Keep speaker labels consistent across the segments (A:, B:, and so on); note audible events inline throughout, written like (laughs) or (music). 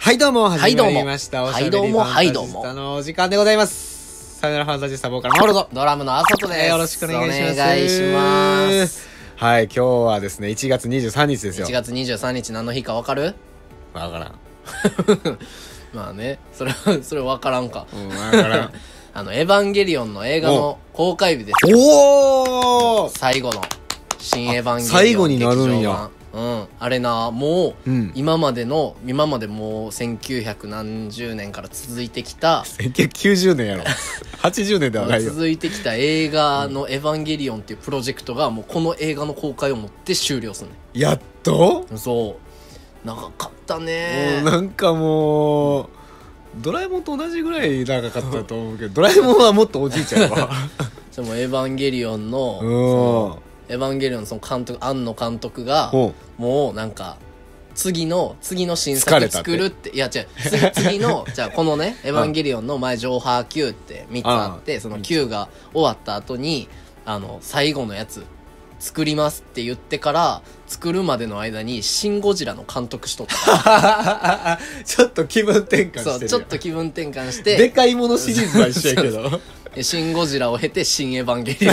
A: はいどうも、始まりました。
B: は
A: おし
B: い
A: ゃべ
B: どう
A: り
B: も
A: ファ
B: は
A: ン
B: い
A: タ
B: どう
A: ジ
B: も
A: スタのお時間でございます。さよならファンタジスタボーカルのロールド。
B: ドラムのあさとです、
A: よろしくお願いします。
B: お願いします。
A: はい、今日はですね、1月23日ですよ。
B: 1月23日何の日かわかる
A: わからん。
B: まあねそれ (laughs) はそれわからんか、
A: うん、わからん。
B: あの「エヴァンゲリオン」の映画の公開日ですよ
A: おー
B: 最後の「新エヴァンゲリオン」
A: 最後になるんや
B: 劇場版うんあれなも
A: う
B: う、
A: ん
B: 今までの今までもう1900何十年から続いてきた
A: 1990年やろ。80年ではないよ。
B: 続いてきた映画の「エヴァンゲリオン」っていうプロジェクトがもうこの映画の公開をもって終了するね
A: やっと
B: そう長かった
A: も
B: ね
A: うなんかもう、ドラえもんと同じぐらい長かったと思うけど、ドラえもんはもっとおじいちゃんや
B: (laughs)
A: わ。
B: そのエヴァンゲリオンの、
A: うん。
B: エヴァンゲリオンのその監督、庵野監督が、
A: うん
B: もうなんか、次の、次の新
A: 疲れ
B: 作
A: たって
B: 作るって、いや違う、次次の、 (laughs) じゃあこのね、エヴァンゲリオンの前、上波 Q って3つあって、その Q が終わった後に、あの、最後のやつ、作りますって言ってから、作るまでの間に、シン・ゴジラの監督しとった。
A: (laughs) ちょっと気分転換してる
B: そう、ちょっと気分転換して、
A: でかいものシリーズは一緒やけど
B: でシン・ゴジラを経て、シン・エヴァンゲリオ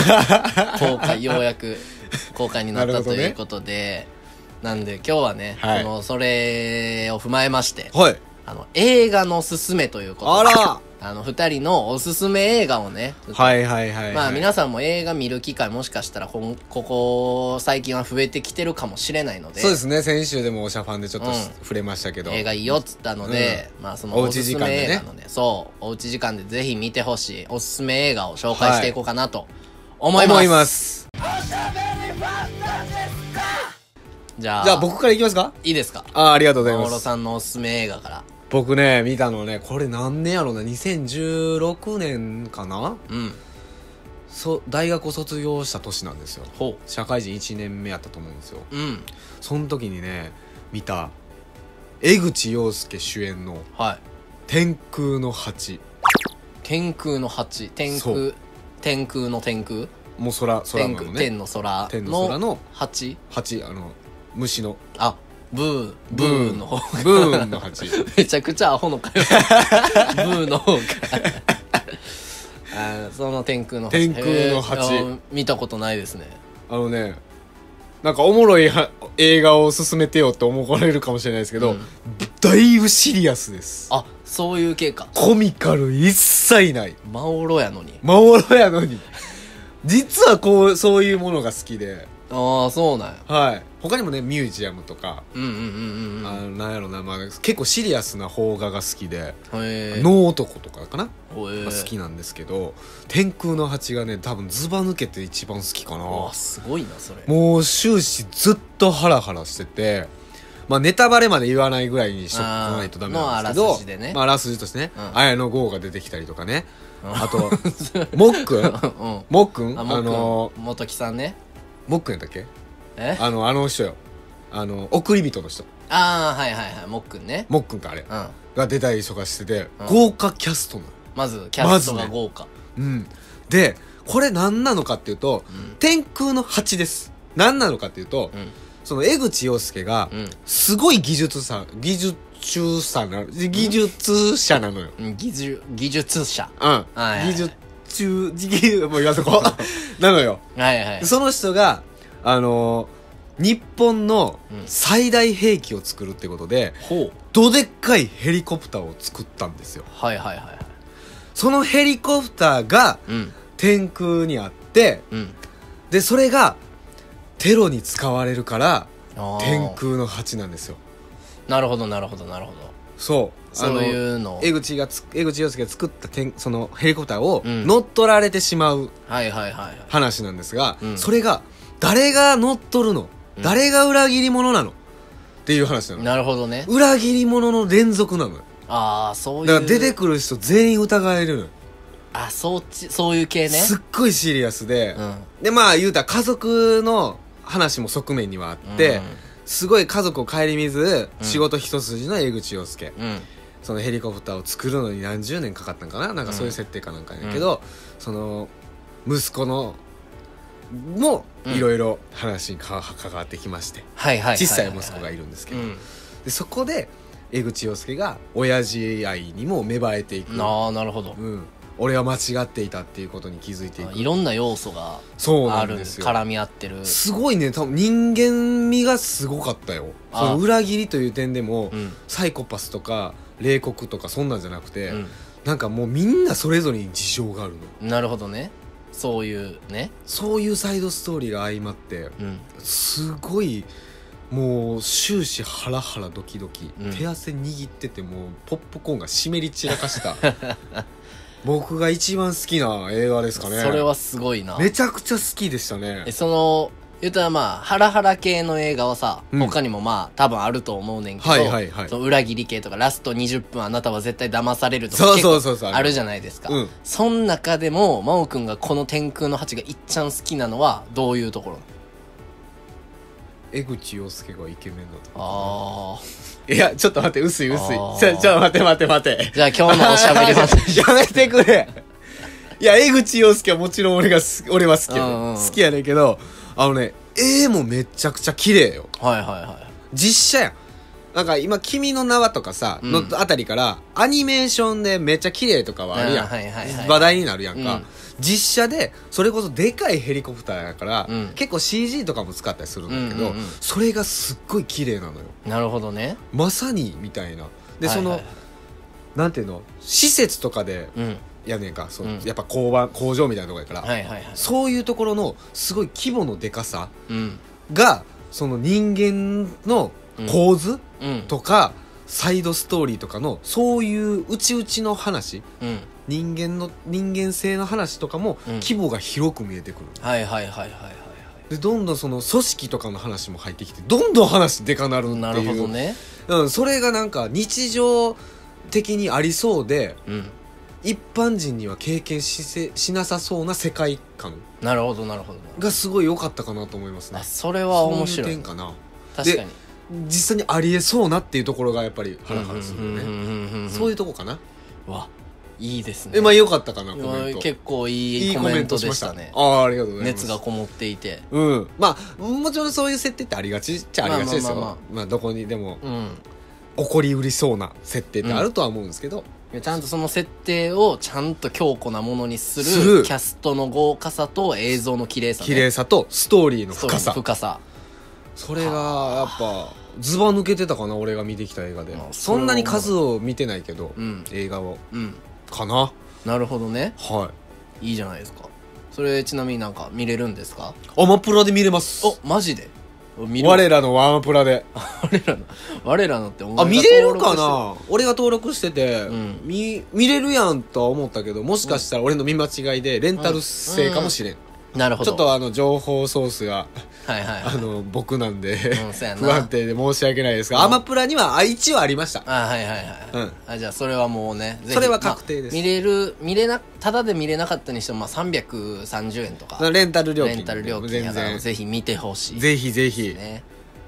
A: (laughs)
B: ン公開、ようやく公開にな
A: な
B: っ
A: る
B: た
A: ほ
B: と
A: どね
B: いうことで、なんで今日はね、
A: はい
B: その、それを踏まえまして、 (laughs)
A: はい
B: あの、映画のすすめということ
A: あ
B: で
A: ら
B: あの、二人のおすすめ映画をね、ちょっと
A: はいはいはい、はい、
B: まあ皆さんも映画見る機会もしかしたらこん、ここ最近は増えてきてるかもしれないので、
A: そうですね先週でもおしゃファンでちょっとし、
B: うん
A: 触れましたけど
B: 映画いいよっつったので、まあその
A: お
B: お
A: うち
B: す
A: 時
B: す
A: 間で
B: め
A: ね
B: 映画のねそうおうち時間でぜひ見てほしいおすすめ映画を紹介していこうかなと思います,、
A: 思います
B: じゃあ
A: じゃあ僕からいきますか
B: いいですか
A: あーありがとうござい
B: 大
A: ま
B: 室
A: す
B: さんのおすすめ映画から
A: 僕ね見たのねこれ何年やろうな2016年かな
B: うん
A: そ大学を卒業した年なんですよ
B: ほ
A: 社会人1年目やったと思うんですよ
B: ううん
A: その時にね見た江口洋介主演の
B: はい
A: 「天空の蜂
B: 天空の蜂天
A: そ
B: 空天空の天空」
A: もう空空
B: 天
A: な
B: 空
A: のね
B: 天の空
A: 天の空の
B: 蜂
A: 蜂あの虫の
B: あブーブーの方
A: ブーンの蜂
B: (laughs) めちゃくちゃアホの会
A: (laughs)
B: 話ブーの方かあーその天空の
A: 天空の蜂
B: えーあー見たことないですね
A: (laughs) あのねなんかおもろいは映画を進めてよって思われるかもしれないですけど、
B: うん
A: だいぶシリアスです
B: あそういう系か
A: コミカル一切ない
B: マオロやのに
A: まおろやのに実はこうそういうものが好きで
B: ああそうなんや
A: はい他にもねミュージアムとか、
B: うんうんうんうんうん
A: あのなんやろな、まあ、結構シリアスな邦画が好きで「
B: へえ
A: 能男」とかかな、
B: へえ
A: まあ好きなんですけど「天空の蜂」がね多分ずば抜けて一番好きかな
B: わあすごいなそれ
A: もう終始ずっとハラハラしてて、まあ、ネタバレまで言わないぐらいにしとかないとダメなんですけ
B: あー
A: ど
B: のあらすじでね
A: まあ、あらすじとしてね、
B: うん
A: 綾野剛が出てきたりとかね、
B: うん
A: あともっくん
B: (laughs) うん
A: もっくんあ
B: あもっくん
A: の
B: 元木さんね
A: もっくんやったっけ
B: え
A: あのあの人よあの送り人の人
B: ああはいはいはいもっくんね
A: もっくんかあれ
B: うん
A: が出たりとかしてて、
B: うん
A: 豪華キャストなの
B: まずキャストが豪華、
A: うんでこれ何なのかっていうと、天空の蜂です何なのかっていうと、
B: うん
A: その江口洋介が、
B: うん
A: すごい技術さ、技術中さな、技術者なのよ。
B: うん技術技術者
A: うん。
B: はいはい
A: 技術中、技術、もう言わんと
B: (laughs)
A: こ。なのよ。
B: はいはい
A: その人が、あのー日本の
B: うん
A: 最大兵器を作るってことで、
B: ほう
A: どでっかいヘリコプターを作ったんですよ。
B: はいはいはいはい
A: そのヘリコプターが
B: うん
A: 天空にあって、
B: うん
A: で、それがテロに使われるから、
B: あー
A: 天空の蜂なんですよ。
B: なるほどなるほどなるほど
A: そう。あ
B: そ
A: の
B: ういうの
A: 江口がつ江口洋介が作った天そのヘリコプターを
B: うん
A: 乗っ取られてしまう
B: はいはいはい
A: 話なんですが、
B: うん
A: それが誰が乗っ取るの、
B: うん
A: 誰が裏切り者なのっていう話なの
B: なるほどね
A: 裏切り者の連続なのよ
B: ああそういう
A: だから出てくる人全員疑えるのよ、
B: あそっちそういう系ね
A: すっごいシリアスで
B: う、ん
A: でまあ言うたら家族の話も側面にはあって、すごい家族を顧みず
B: うん
A: 仕事一筋の江口洋介、
B: うん
A: そのヘリコプターを作るのに何十年かかったんかななんかそういう設定かなんかやけど、その息子のも
B: うん
A: いろいろ話にか関わってきまして、
B: はいはいはいはい
A: 小さい息子がいるんですけ
B: う
A: ど、
B: ん
A: でそこで江口洋介が親父愛にも芽生えていく、
B: ああなるほど
A: うん、俺は間違っていたっていうことに気づいてい
B: あ
A: く
B: いろんな要素が
A: そうな
B: あ
A: ん
B: る
A: ですよ
B: 絡み合ってる
A: すごいね多分人間味がすごかったよそ
B: あ
A: の裏切りという点でも、
B: うん
A: サイコパスとか冷酷とかそんなんじゃなくて、
B: う
A: なんかもうみんなそれぞれに事情があるの
B: んなるほどねそういうね
A: そういうサイドストーリーが相まって
B: うん
A: すごいもう終始ハラハラドキドキ、
B: うん
A: 手汗握っててもうポップコーンが湿り散らかした (laughs) 僕が一番好きな映画ですかね
B: それはすごいな
A: めちゃくちゃ好きでしたね
B: えその言うたらまあハラハラ系の映画はさ、
A: うん
B: 他にもまあ多分あると思うねんけど、
A: はいはいはい
B: その裏切り系とかラスト20分あなたは絶対騙されるとか
A: そう
B: 結
A: そ
B: 構
A: うそうそう
B: あるじゃないですか、
A: うん
B: そん中でも真央くんがこの「天空の蜂」がいっちゃん好きなのはどういうところ
A: 江口洋介がイケメンだとか
B: ああ
A: いやちょっと待って薄い薄いち
B: あ
A: ょ
B: ー
A: ちょっと待って待って待って
B: じゃあ今日のおしゃべり
A: (laughs) や
B: は
A: めてくれいや江口洋介はもちろん俺がす俺は好きやね、
B: うんうん
A: 好きやねんけどあのね絵もめちゃくちゃ綺麗よ
B: はいはいはい
A: 実写やんなんか今「君の名は」とかさ、
B: うん
A: のあたりからアニメーションでめっちゃ綺麗とかはあるやん、
B: うんはいはいはい
A: 話題になるやんか、
B: うん
A: 実写でそれこそでかいヘリコプターやから、
B: うん
A: 結構 CG とかも使ったりするんだけど、
B: うんうんうん
A: それがすっごい綺麗なのよ
B: なるほどね
A: まさにみたいなでその、
B: はいはい
A: なんていうの施設とかで
B: うん
A: やねんかその、
B: うん
A: やっぱ工場工場みたいなとこやから、
B: はいはいはい
A: そういうところのすごい規模のでかさ
B: うん
A: がその人間の構図
B: うん
A: とか、サイドストーリーとかのそういう内々の話
B: うん
A: 人間の人間性の話とかも
B: うん
A: 規模が広く見えてくる、
B: はいはいはいはいはいは
A: でどんどんその組織とかの話も入ってきてどんどん話でかなるってい
B: いうなるほどね
A: うん、それがなんか日常的にありそうで
B: うん
A: 一般人には経験しせしなさそうな世界観
B: なるほどなるほどな
A: がすごい良かったかなと思いますね
B: あそれは面
A: そう
B: 白
A: い
B: いう
A: 点かな
B: 確かに
A: 実際にありえそうなっていうところがやっぱりハラハラするよね、
B: ね
A: そういううとこかな、
B: んわいいですね
A: えまあ良かったかなコ
B: うわ
A: メント
B: 結構い
A: い
B: い
A: い
B: コ
A: コメ
B: メ
A: ン
B: ン
A: ト
B: ト
A: し
B: で
A: ま
B: し
A: したたね
B: ね
A: ああありがとうございます
B: 熱がこもっていて
A: うんまあもちろんそういう設定ってありがちっちゃありがちですよ
B: ま
A: ま
B: あ
A: あ
B: まあま
A: どこにでも
B: うん
A: 起こりうりそうな設定ってあるとは思うんですけど、
B: ちゃんとその設定をちゃんと強固なものにする
A: する
B: キャストの豪華さと映像の綺麗さ、ね、
A: 綺麗さとストーリーの
B: そう
A: 深さ
B: 深さ
A: それがやっぱズバ抜けてたかな俺が見てきた映画で
B: まあ
A: そんなに数を見てないけど、
B: うん
A: 映画を
B: うん
A: かな
B: なるほどね
A: はい
B: いいじゃないですかそれちなみになんか見れるんですか
A: アマプラで見れます
B: おマジで見る
A: 我らのアマプラで
B: 我らの我らのって思
A: あ見れるかな俺が登録してて、
B: うん
A: み見れるやんとは思ったけどもしかしたら俺の見間違いでレンタル制かもしれん、
B: なるほ
A: ち
B: ど
A: ょっとあの情報ソースが
B: はいはい
A: あの僕なんで、
B: うんそうやな
A: 不安定で申し訳ないですが、アマプラにはあ一応ありました
B: あはいはいはい、
A: うん
B: あじゃあそれはもうねぜひ
A: それは確定です
B: まあ見れる見れなただで見れなかったにしても、まあ、330円とか
A: レンタル料金
B: レンタル料金や
A: 全
B: から
A: 然
B: ぜひ見てほしい
A: ぜひぜひ、
B: ね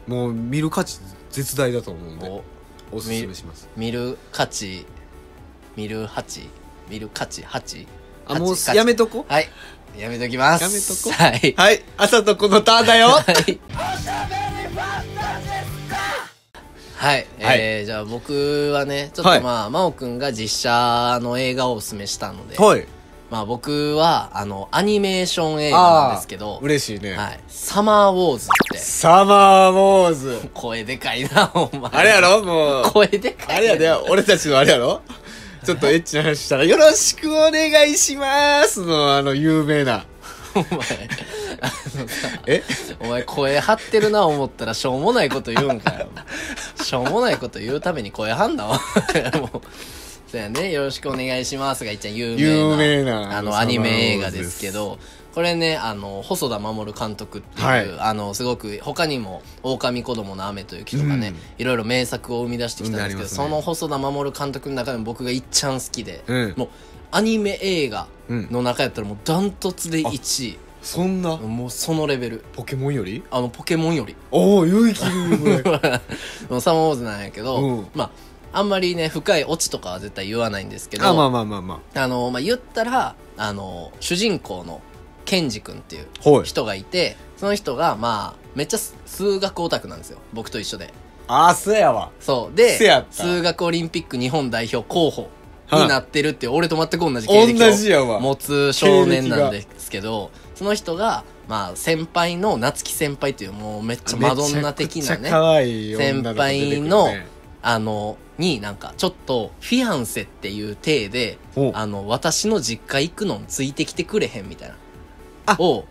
A: もう見る価値絶大だと思うんで
B: お
A: おすすめします
B: 見る価値見る価値見る価値8
A: あもうやめとこ
B: はいやめときます
A: やめとこ
B: はい
A: はい朝とこのターンだよ
B: はいはい、えーじゃあ僕はねちょっ
A: はい
B: とまあ、真央くんが実写の映画をおすすめしたので、
A: はい
B: まあ僕は、あの、アニメーション映画なんですけ
A: あー
B: ど、
A: 嬉しいね、
B: はい。サマーウォーズっ
A: サマーウォーズ
B: て、声でかいな、お前。
A: あれやろもう
B: 声でかい。
A: あれやで、俺たちのあれやろちょっとエッチな話したら、よろしくお願いしますの、あの、有名な。
B: お前。あのさ
A: え
B: お前声張ってるな思ったらしょうもないこと言うんか
A: (laughs)
B: よ。しょうもないこと言うために声張んな、お前。もう。そうやね、よろしくお願いしますが、一応有名な。
A: 有名な
B: あの、アニメ映画ですけど、これね、あの、細田守監督っていう、
A: はい
B: あの、すごく、他にも、狼子供の雨と雪とかね、
A: うん
B: いろいろ名作を生み出してきたんですけど、
A: なりますね
B: その細田守監督の中でも僕がいっちゃん好きで、
A: うん
B: もう、アニメ映画
A: うん
B: の中やったらもうダントツで1位。
A: そんな、
B: もうそのレベル。
A: ポケモンより
B: あの、ポケモンより。
A: おお、勇気いるぐ
B: (laughs)
A: らい
B: のサマーウォーズなんやけど、
A: うん
B: まあ、あんまりね、深いオチとかは絶対言わないんですけど、
A: あ、まあまあまあま
B: あの、まあ、言ったら、あの、主人公のケンジ君っていう
A: あ。はい。
B: 人がいて、その人が、まあ、めっちゃ数数学オタクなんですよ。僕と一緒で。
A: ああそうやわ
B: そう
A: せやっ
B: で
A: た
B: 数学オリンピック日本代表候補
A: はい
B: になってるっていう俺と全く同じ経歴
A: 同じ
B: を
A: やわ
B: 持つ少年なんですけどその人がまあ先輩の夏樹先輩というもうめっちゃマドンナ
A: め
B: 的な
A: ちゃくち
B: ね
A: ゃ可愛い女の子
B: 先
A: 出てく
B: 輩
A: るね
B: のあのになんかちょっとフィアンセっていう体で
A: お
B: あの私の実家行くのについてきてくれへんみたいな
A: あ
B: を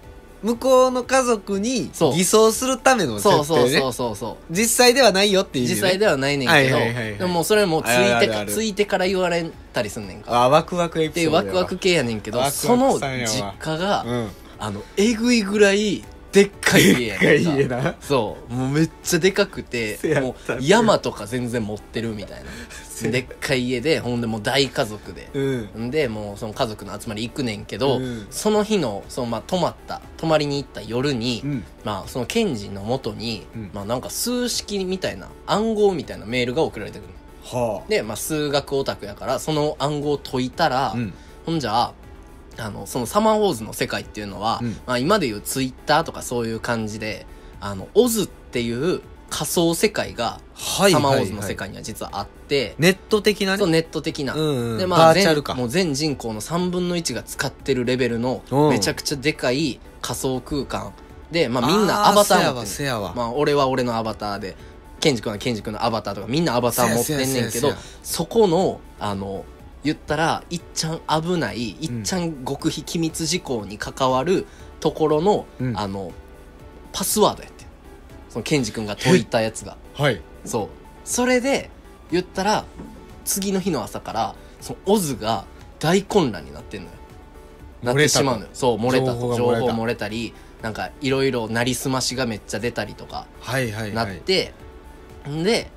A: 向こうの家族に
B: そう
A: 偽装するための設定
B: そう
A: ね
B: そうそうそうそう
A: 実際ではないよっていう意味ね、
B: 実際ではないねんけど、
A: はいはいはいはい
B: でももうそれもつい
A: あ
B: て
A: るあるあ
B: か
A: る
B: ついてから言われたりすんねんか。
A: あワクワクエピ
B: で
A: ソード
B: ワクワク系やねんけど
A: ワクワク
B: その
A: さんやわ
B: 実家が、
A: うん
B: あのえぐいぐらいでっかい家や
A: が
B: ね
A: い
B: んか
A: いな
B: そうもうめっちゃでかくて
A: せや
B: もう
A: ったね
B: 山とか全然持ってるみたいなでっかい家でほんでもう大家族で、
A: うん
B: んでもうその家族の集まり行くねんけ
A: う
B: ど、
A: ん
B: その日のそのまあ泊まった泊まりに行った夜に、
A: うん
B: まあその検事のもとに、
A: うん
B: まあなんか数式みたいな暗号みたいなメールが送られてくる
A: は
B: で、まあ、数学オタクやからその暗号を解いたら、
A: あうん
B: ほんじゃあのそのサマーウォーズの世界っていうのは、
A: うん
B: まあ、今でいうツイッターとかそういう感じであのオズっていう仮想世界が
A: はい
B: サ
A: はい
B: マ
A: はい
B: ーウォーズの世界には実はあって、
A: ネット的なね
B: そうネット的な、
A: うんうん
B: でまあ
A: バーチャル
B: 全
A: か
B: もう全人口の3分の1が使ってるレベルの
A: うん
B: めちゃくちゃでかい仮想空間で、まあ、みんなアバター持
A: あー
B: ってん
A: せやわせやわ、
B: まあ、俺は俺のアバターでケンジ君はケンジ君のアバターとかみんなアバター持ってんねんけ
A: せやせやせや
B: ど
A: せ
B: そこのあの言ったらいっちゃん危ないいっちゃん極秘機密事項に関わるところの,、
A: うん
B: あのパスワードやってんそのケンジ君が解いたやつが。
A: はい
B: そうそれで言ったら次の日の朝からそのオズが大混乱になってんのよなってしまうのよそう漏れたと
A: 情報
B: 情
A: が漏れた
B: 報漏れたりなんかいろいろなりすましがめっちゃ出たりとか
A: はいはい
B: な
A: は
B: っ
A: い
B: て、んで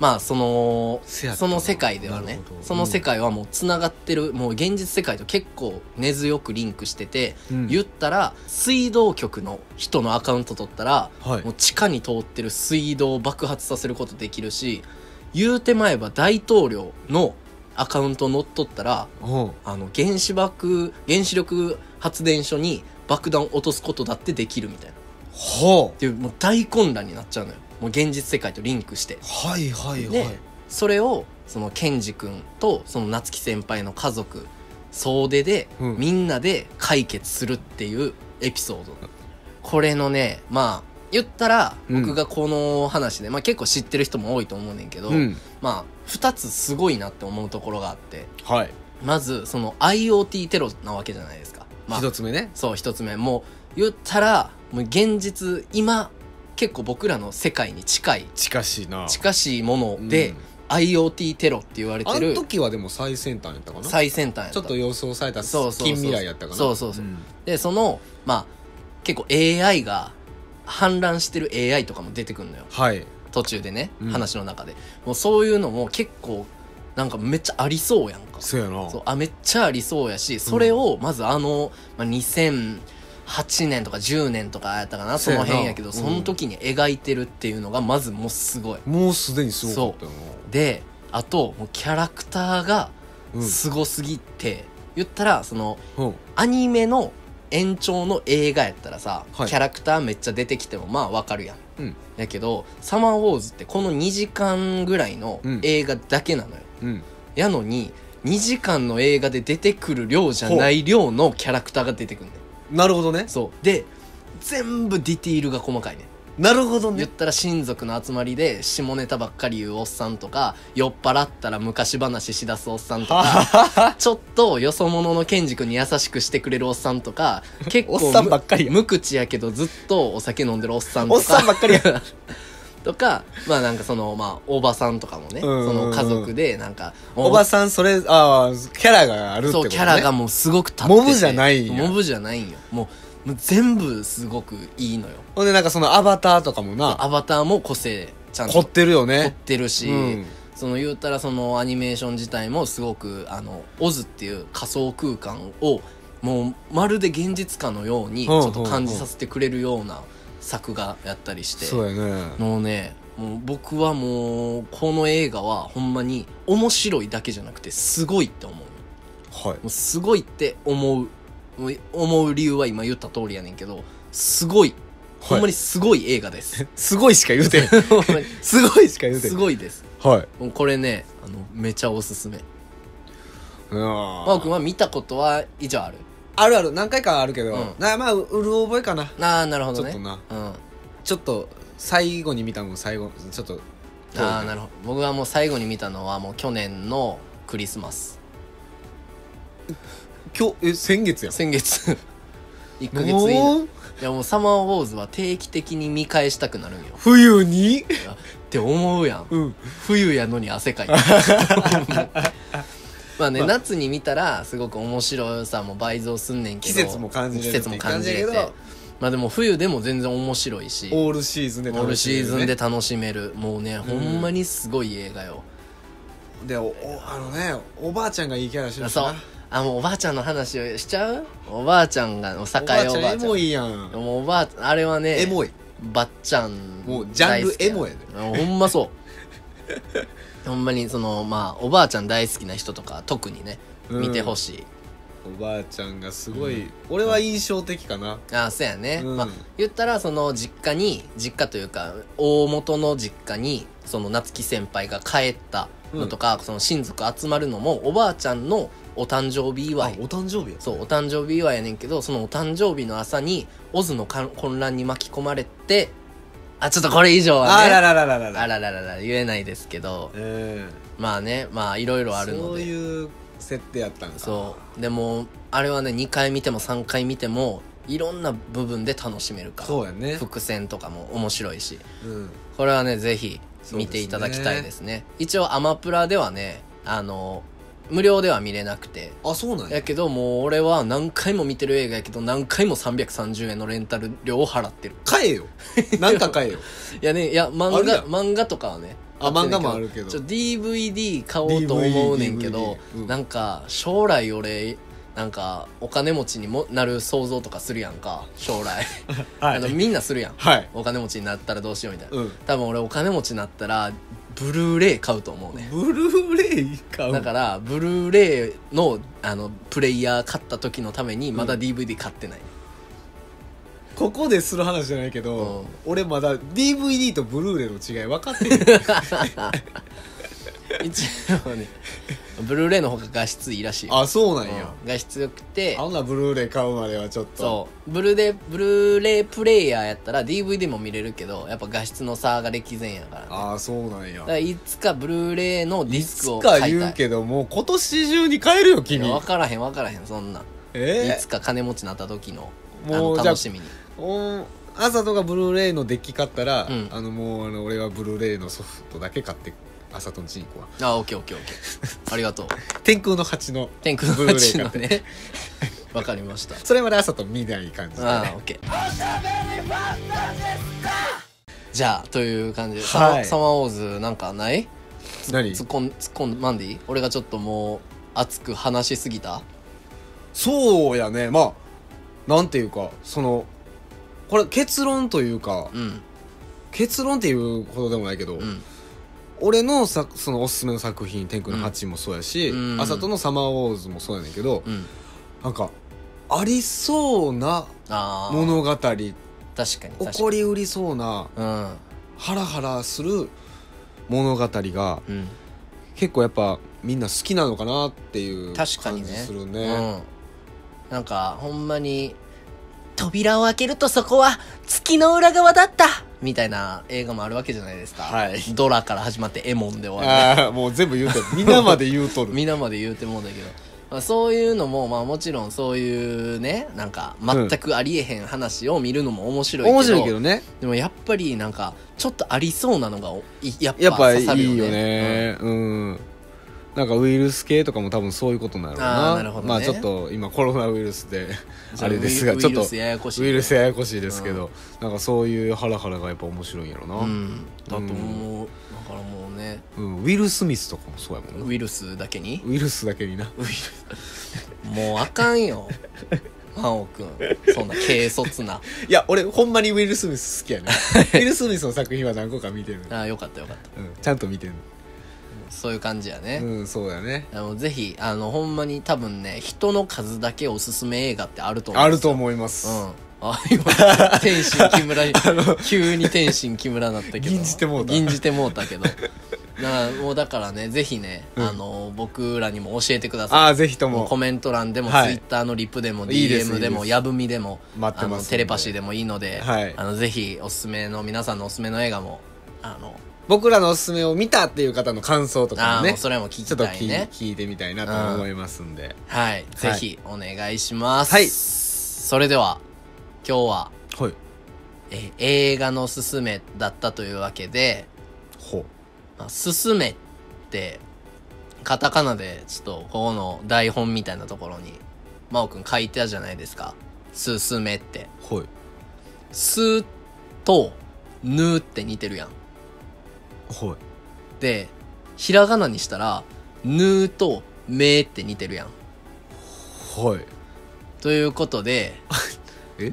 B: まあその
A: せやった
B: そ
A: な
B: の世界ではね
A: なるほど
B: その世界はもうつながってる、もう現実世界と結構根強くリンクしてて、
A: うん
B: 言ったら水道局の人のアカウント取ったら
A: はい
B: もう地下に通ってる水道を爆発させることできるし言うてまえば大統領のアカウントを乗っ取ったら
A: うん
B: あの原子爆原子力発電所に爆弾を落とすことだってできるみたいなっ
A: ほ
B: ていうもう大混乱になっちゃうのよもう現実世界とリンクして
A: うはいはいはい、
B: でそれをそのケンジ君とその夏樹先輩の家族総出で
A: うん
B: みんなで解決するっていうエピソード、これのねまあ言ったら
A: うん
B: 僕がこの話で、まあ、結構知ってる人も多いと思うねんけど、
A: うん
B: まあ2つすごいなって思うところがあって
A: はい
B: まずその IoT テロなわけじゃないですか。まあ
A: 一つ目ね
B: そう一つ目もう言ったらもう現実今結構僕らの世界に近い
A: 近しいな
B: 近しいもの
A: う
B: で
A: ん
B: IoT テロって言われて
A: あの
B: る
A: 時はでも最先端やったかな
B: 最先端やった
A: ちょっと予想された
B: そうそうそう
A: 近未来やったかな
B: そうそうそうんでそのまあ結構 AI が氾濫してる AI とかも出てくるのよ
A: はい
B: 途中でね、
A: うん
B: 話の中でもうそういうのも結構なんかめっちゃありそうやんか
A: そうやな
B: そうあめっちゃありそうやしそれをまずあの、まあ、2008年とか10年とかやったかなそ
A: そうや
B: の
A: な
B: 辺やけど
A: うん
B: その時に描いてるっていうのがまずもうすごい
A: もうすでにすごかったよ
B: であともうキャラクターが
A: な
B: すごすぎて、言ったらその
A: うんうん
B: アニメの延長の映画やったらさ、
A: はい
B: キャラクターめっちゃ出てきてもまあわかるやん、
A: うん
B: やけど「サマーウォーズ」ってこの2時間ぐらいの
A: うん
B: 映画だけなのよ、
A: うん
B: やのに2時間の映画で出てくる量じゃない量のキャラクターが出てくるね
A: なるほどね
B: んそうで全部ディティールが細かいねん
A: なるほど
B: 言っ
A: ね
B: たら親族の集まりで下ネタばっかり言うおっさんとか酔っ払ったら昔話しだすおっさんとかちょっとよそ者のケンジ君に優しくしてくれるおっさん
A: (laughs)
B: とか結構
A: おっさんばっかりや
B: 無無口やけどずっとお酒飲んでる (laughs) おっさんとか
A: おっさんばっかりや
B: とかまあなんかそのまあおばさんとかもね
A: うんうんうん
B: その家族でなんか
A: (laughs) おばさんそれあーキャラがあるってこと
B: そう
A: ね
B: キャラがもうすごく立ってて
A: モブじゃないんや
B: モブじゃないんよもうもう全部すごくいいのよ
A: ほんでなんかそのアバターとかもな
B: アバターも個性ちゃん
A: 凝
B: と
A: ってるよ
B: 凝っ
A: ね
B: てるし、
A: うん
B: その言うたらそのアニメーション自体もすごくあのオズっていう仮想空間をもうまるで現実かのようにち
A: うんうん
B: ょっと感じさせてくれるような作画やったりして、
A: そうやね
B: もうねもう僕はもうこの映画はほんまに面白いだけじゃなくてすごいって思う
A: はい
B: もうすごいって思うもう思う理由は今言った通りやねんけどすごいほんまにすごい映画
A: (laughs)
B: です。
A: すごいしか言うてへん
B: ほんまに
A: (laughs) すごいしか言うてへ
B: す
A: ん
B: ごいです。
A: はい
B: もうこれね、あの、めちゃおすすめ。
A: あ
B: マオ君は見たことは以上ある。
A: あるある何回かあるけど、
B: うん
A: なまあううる覚えかな
B: ああ、なるほど
A: ちょ
B: ね。
A: っとな
B: うん。あ
A: ちょっと最後に見たもん最後ちょっと
B: あ、なるほど。僕はもう最後に見たのはもう去年のクリスマス。
A: 今日え先月やん
B: 先月。1ヶ月以内。
A: もう
B: いやもうサマーウォーズは定期的に見返したくなるんよ。
A: 冬に
B: って思うやん。
A: うん
B: 冬やのに汗かいて (laughs) まあね、夏に見たらすごく面白さも倍増すんねんけ
A: 季
B: ど
A: 節も感じれる
B: 季節も感じれ
A: って
B: て
A: いう感じや
B: まあでも冬でも全然面白いし
A: けどオールシーズンで
B: オールシーズンで
A: 楽し
B: 楽しめるもうねほんまにすごい映画よ、
A: めるねでおおあのねおばあちゃんがいいキャラしてるしな
B: そうあもうおばあちゃんの話をしちゃうおばあちゃんがお
A: お
B: 酒
A: ばあ
B: 屋お
A: ち
B: ば
A: ゃん
B: あ
A: エ
B: ちゃん
A: モいやん
B: もうおばああれはね
A: エモい
B: ばっちゃん
A: もうジャンルエモやで
B: 大好きやほんまそう (laughs) ほんまにそのまあおばあちゃん大好きな人とか特にね
A: うん
B: 見てほしい、
A: おばあちゃんがすごい、俺は印象的かな
B: ああそうやね、
A: うん
B: まあ言ったらその実家に実家というか大元の実家にその夏樹先輩が帰ったのとか、その親族集まるのもおばあちゃんのお誕生日祝
A: あ
B: い
A: お誕生日や
B: そうお誕生日祝いやねんけどそのお誕生日の朝にオズのかん混乱に巻き込まれてあちょっとこれ以上はね
A: あらららららら
B: あらららら言えないですけど
A: え
B: まあねまあいろい
A: え
B: ろあるの
A: そう
B: で
A: いう設定やったんか
B: そうでもあれはね2回見ても3回見てもいろんな部分で楽しめるから
A: そうやね
B: 伏線とかも面白いし
A: うん
B: これはねぜひ見ていただきたいですね一応アマプラではねあの無料では見れなくて
A: あそうなんや
B: やけどもう俺は何回も見てる映画やけど何回も330円のレンタル料を払ってる
A: 買え
B: (laughs)
A: よなんか買えよ
B: いやねいや漫
A: あるや
B: 画
A: ん
B: 漫画とかはね
A: あ
B: 買ってんねん
A: 漫画もあるけど
B: ちょ DVD 買おうと思うねんけど
A: DVD うん
B: なんか将来俺なんかお金持ちにもなる想像とかするやんか将来、あのみんなするやん
A: はい
B: お金持ちになったらどうしようみたいな、
A: うん
B: 多分俺お金持ちになったらブルーレイ買うと思うね
A: ブルーレイ買う
B: だからブルーレイのあのプレイヤー買った時のためにまだ DVD 買っ
A: (laughs)
B: てない、
A: ここでする話じゃないけど、
B: うん
A: 俺まだ DVD とブルーレイの違い分か
B: (laughs)
A: ってる
B: 一応ねブルーレイの方が画質いいらしいよ
A: あそうなんや、
B: うん画質良くて
A: あんなブルーレイ買うまではちょっと
B: そうブルーレイブルーレイプレイヤーやったら DVD も見れるけどやっぱ画質の差が歴然やから,、ね、だか
A: ああそうなんや
B: らいつかブルーレイのディ
A: い
B: スク
A: つ
B: を
A: か
B: 買いたい
A: 言うけどもう今年中に買えるよ
B: い
A: 君
B: や分からへん分からへんそんなんい
A: え
B: つか金持ちになった時のあ
A: も
B: の
A: うじゃあ
B: 楽しみに
A: ー、お朝とかブルーレイのデッキ買ったら、
B: うん
A: あのもうあの俺はブルーレイのソフトだけ買って朝とんちに行くわ
B: あオッケーオッケーオッケーありがとう
A: 天空の蜂の
B: 天空の街のねわかりました
A: それまで朝と見ない感じで、
B: ああオッケーじゃあという感じで、サ
A: は
B: マ
A: い
B: サマーウォーズなんかない
A: 何
B: 突っ込ん突っ込んまんでいい俺がちょっともう熱く話しすぎた
A: そうやねまあなんていうかそのこれ結論というか
B: うん
A: 結論っていうことでもないけど、
B: うん
A: 俺のさそのおすすめの作品「天空の8」もそうやし
B: う
A: 「
B: ん
A: 朝とのサマーウォーズ」もそうやねんけど、
B: うん
A: なんかありそうな
B: ああ
A: 物語
B: 確かに確
A: 起
B: かに
A: こりうりそうな
B: うん
A: ハラハラする物語が
B: うん
A: 結構やっぱみんな好きなのかなっていう感
B: 確かに
A: じ
B: ね
A: するね
B: うん、なんかほんまに扉を開けるとそこは月の裏側だったみたいな映画もあるわけじゃないですか、
A: はい
B: ドラから始まってエモンで終わる
A: ああもう全部言う (laughs) てる皆まで言うとる
B: 皆まで言うてもんだけど、まあ、そういうのもまあもちろんそういうねなんか全くありえへん話を見るのも面白いけど,、
A: (laughs) 面白いけどね
B: でもやっぱりなんかちょっとありそうなのがおいやっ
A: やっ
B: ぱ
A: ぱ
B: 刺さるよね
A: いいよねうん、なんかウイルス系とかも多分そういうことなんやろうな
B: あーなるほどね
A: まあちょっと今コロナウイルスで
B: うん
A: あれですが
B: ウイ
A: ちょっ
B: ウイ
A: と
B: ルスややこしい
A: ウイルスややこしいですけど、なんかそういうハラハラがやっぱ面白いんやろな、う
B: うんんだと思う、だからもうね
A: ウィル・スミスとかもそうやもんな
B: ウイルスだけに
A: ウイルスだけにな
B: ウイルス (laughs) もうあかんよ真央くんそんな軽率ない
A: や俺ほんまにウィル・スミス好きや (laughs) ねウィル・スミスの作品は何個か見てる、
B: ああよかったよかった
A: うん、ちゃんと見てる
B: そういう感じやね、
A: うんそうやね
B: あのぜひあのほんまに多分ね人の数だけおすすめ映画ってあると思う
A: あると
B: う
A: 思いま
B: う
A: す、
B: んあ今天心木
A: (laughs)
B: 村に急に天心木村だったけど
A: 吟じてもうた
B: 吟じてもうたけどだからもうだからねぜひね、
A: うん
B: あの僕らにも教えてください
A: ああぜひと
B: もうコ
A: も
B: メント欄でも、
A: はい
B: ツイッターのリプでも
A: いいです
B: DM で
A: いい
B: も
A: です
B: やぶみでも
A: 待ってます
B: あのテレパシーでもいいので、
A: はい
B: あのぜひおすすめの皆さんのおすすめの映画もあの
A: 僕らのおすすめを見たっていう方の感想とか
B: あ
A: も
B: ーも
A: ね
B: うそれも
A: ちょ
B: 聞き
A: っと
B: た
A: 聞
B: い
A: い
B: ね
A: 聞いてみたいなと思いますんで、
B: はいぜひお願いします、
A: はい
B: それでは今日は
A: はい
B: え映画のすすめだったというわけで
A: ほう
B: まあすすめってカタカナでちょっとここの台本みたいなところに真央くん書いてたじゃないですかすすめって
A: ほい
B: すとぬって似てるやん
A: ほい
B: でひらがなにしたらぬとめって似てるやん
A: ほい
B: ということで
A: え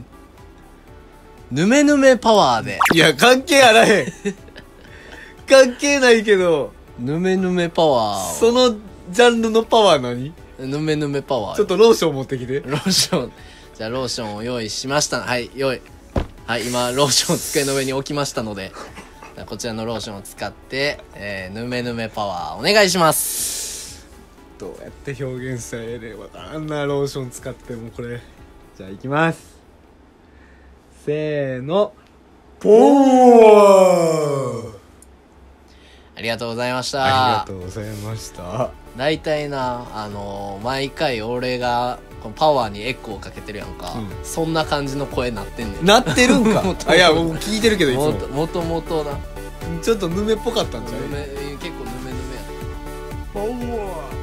B: ぬめぬめパワーで
A: いや関係あらへ (laughs) ん関係ないけど
B: ぬめぬめパワー
A: そのジャンルのパワー何
B: をぬめぬめパワー
A: ちょっとローション持ってきて
B: ローション、じゃあローションを用意しました。はい、用意。はい、今、ローションを机の上に置きましたので、じゃあこちらのローションを使って、えー、ぬめぬめパワーお願いします。
A: どうやって表現したらええねんわからんなローション使ってもこれじゃあいきますせーのポー
B: ありがとうございまし
A: あ
B: た
A: りが。とうございました
B: 大体な、あのー毎回俺が、このパワーにエコーをかけてるやんか、
A: うん
B: そんな感じの声なってんねん。
A: なってるんか
B: もっと
A: あいやもう聞いてるけどいつ
B: も
A: も
B: ともともとな、
A: ちょっとヌメっぽかったん
B: ぬ
A: じゃない
B: め結構ぬめぬめや。
A: ポー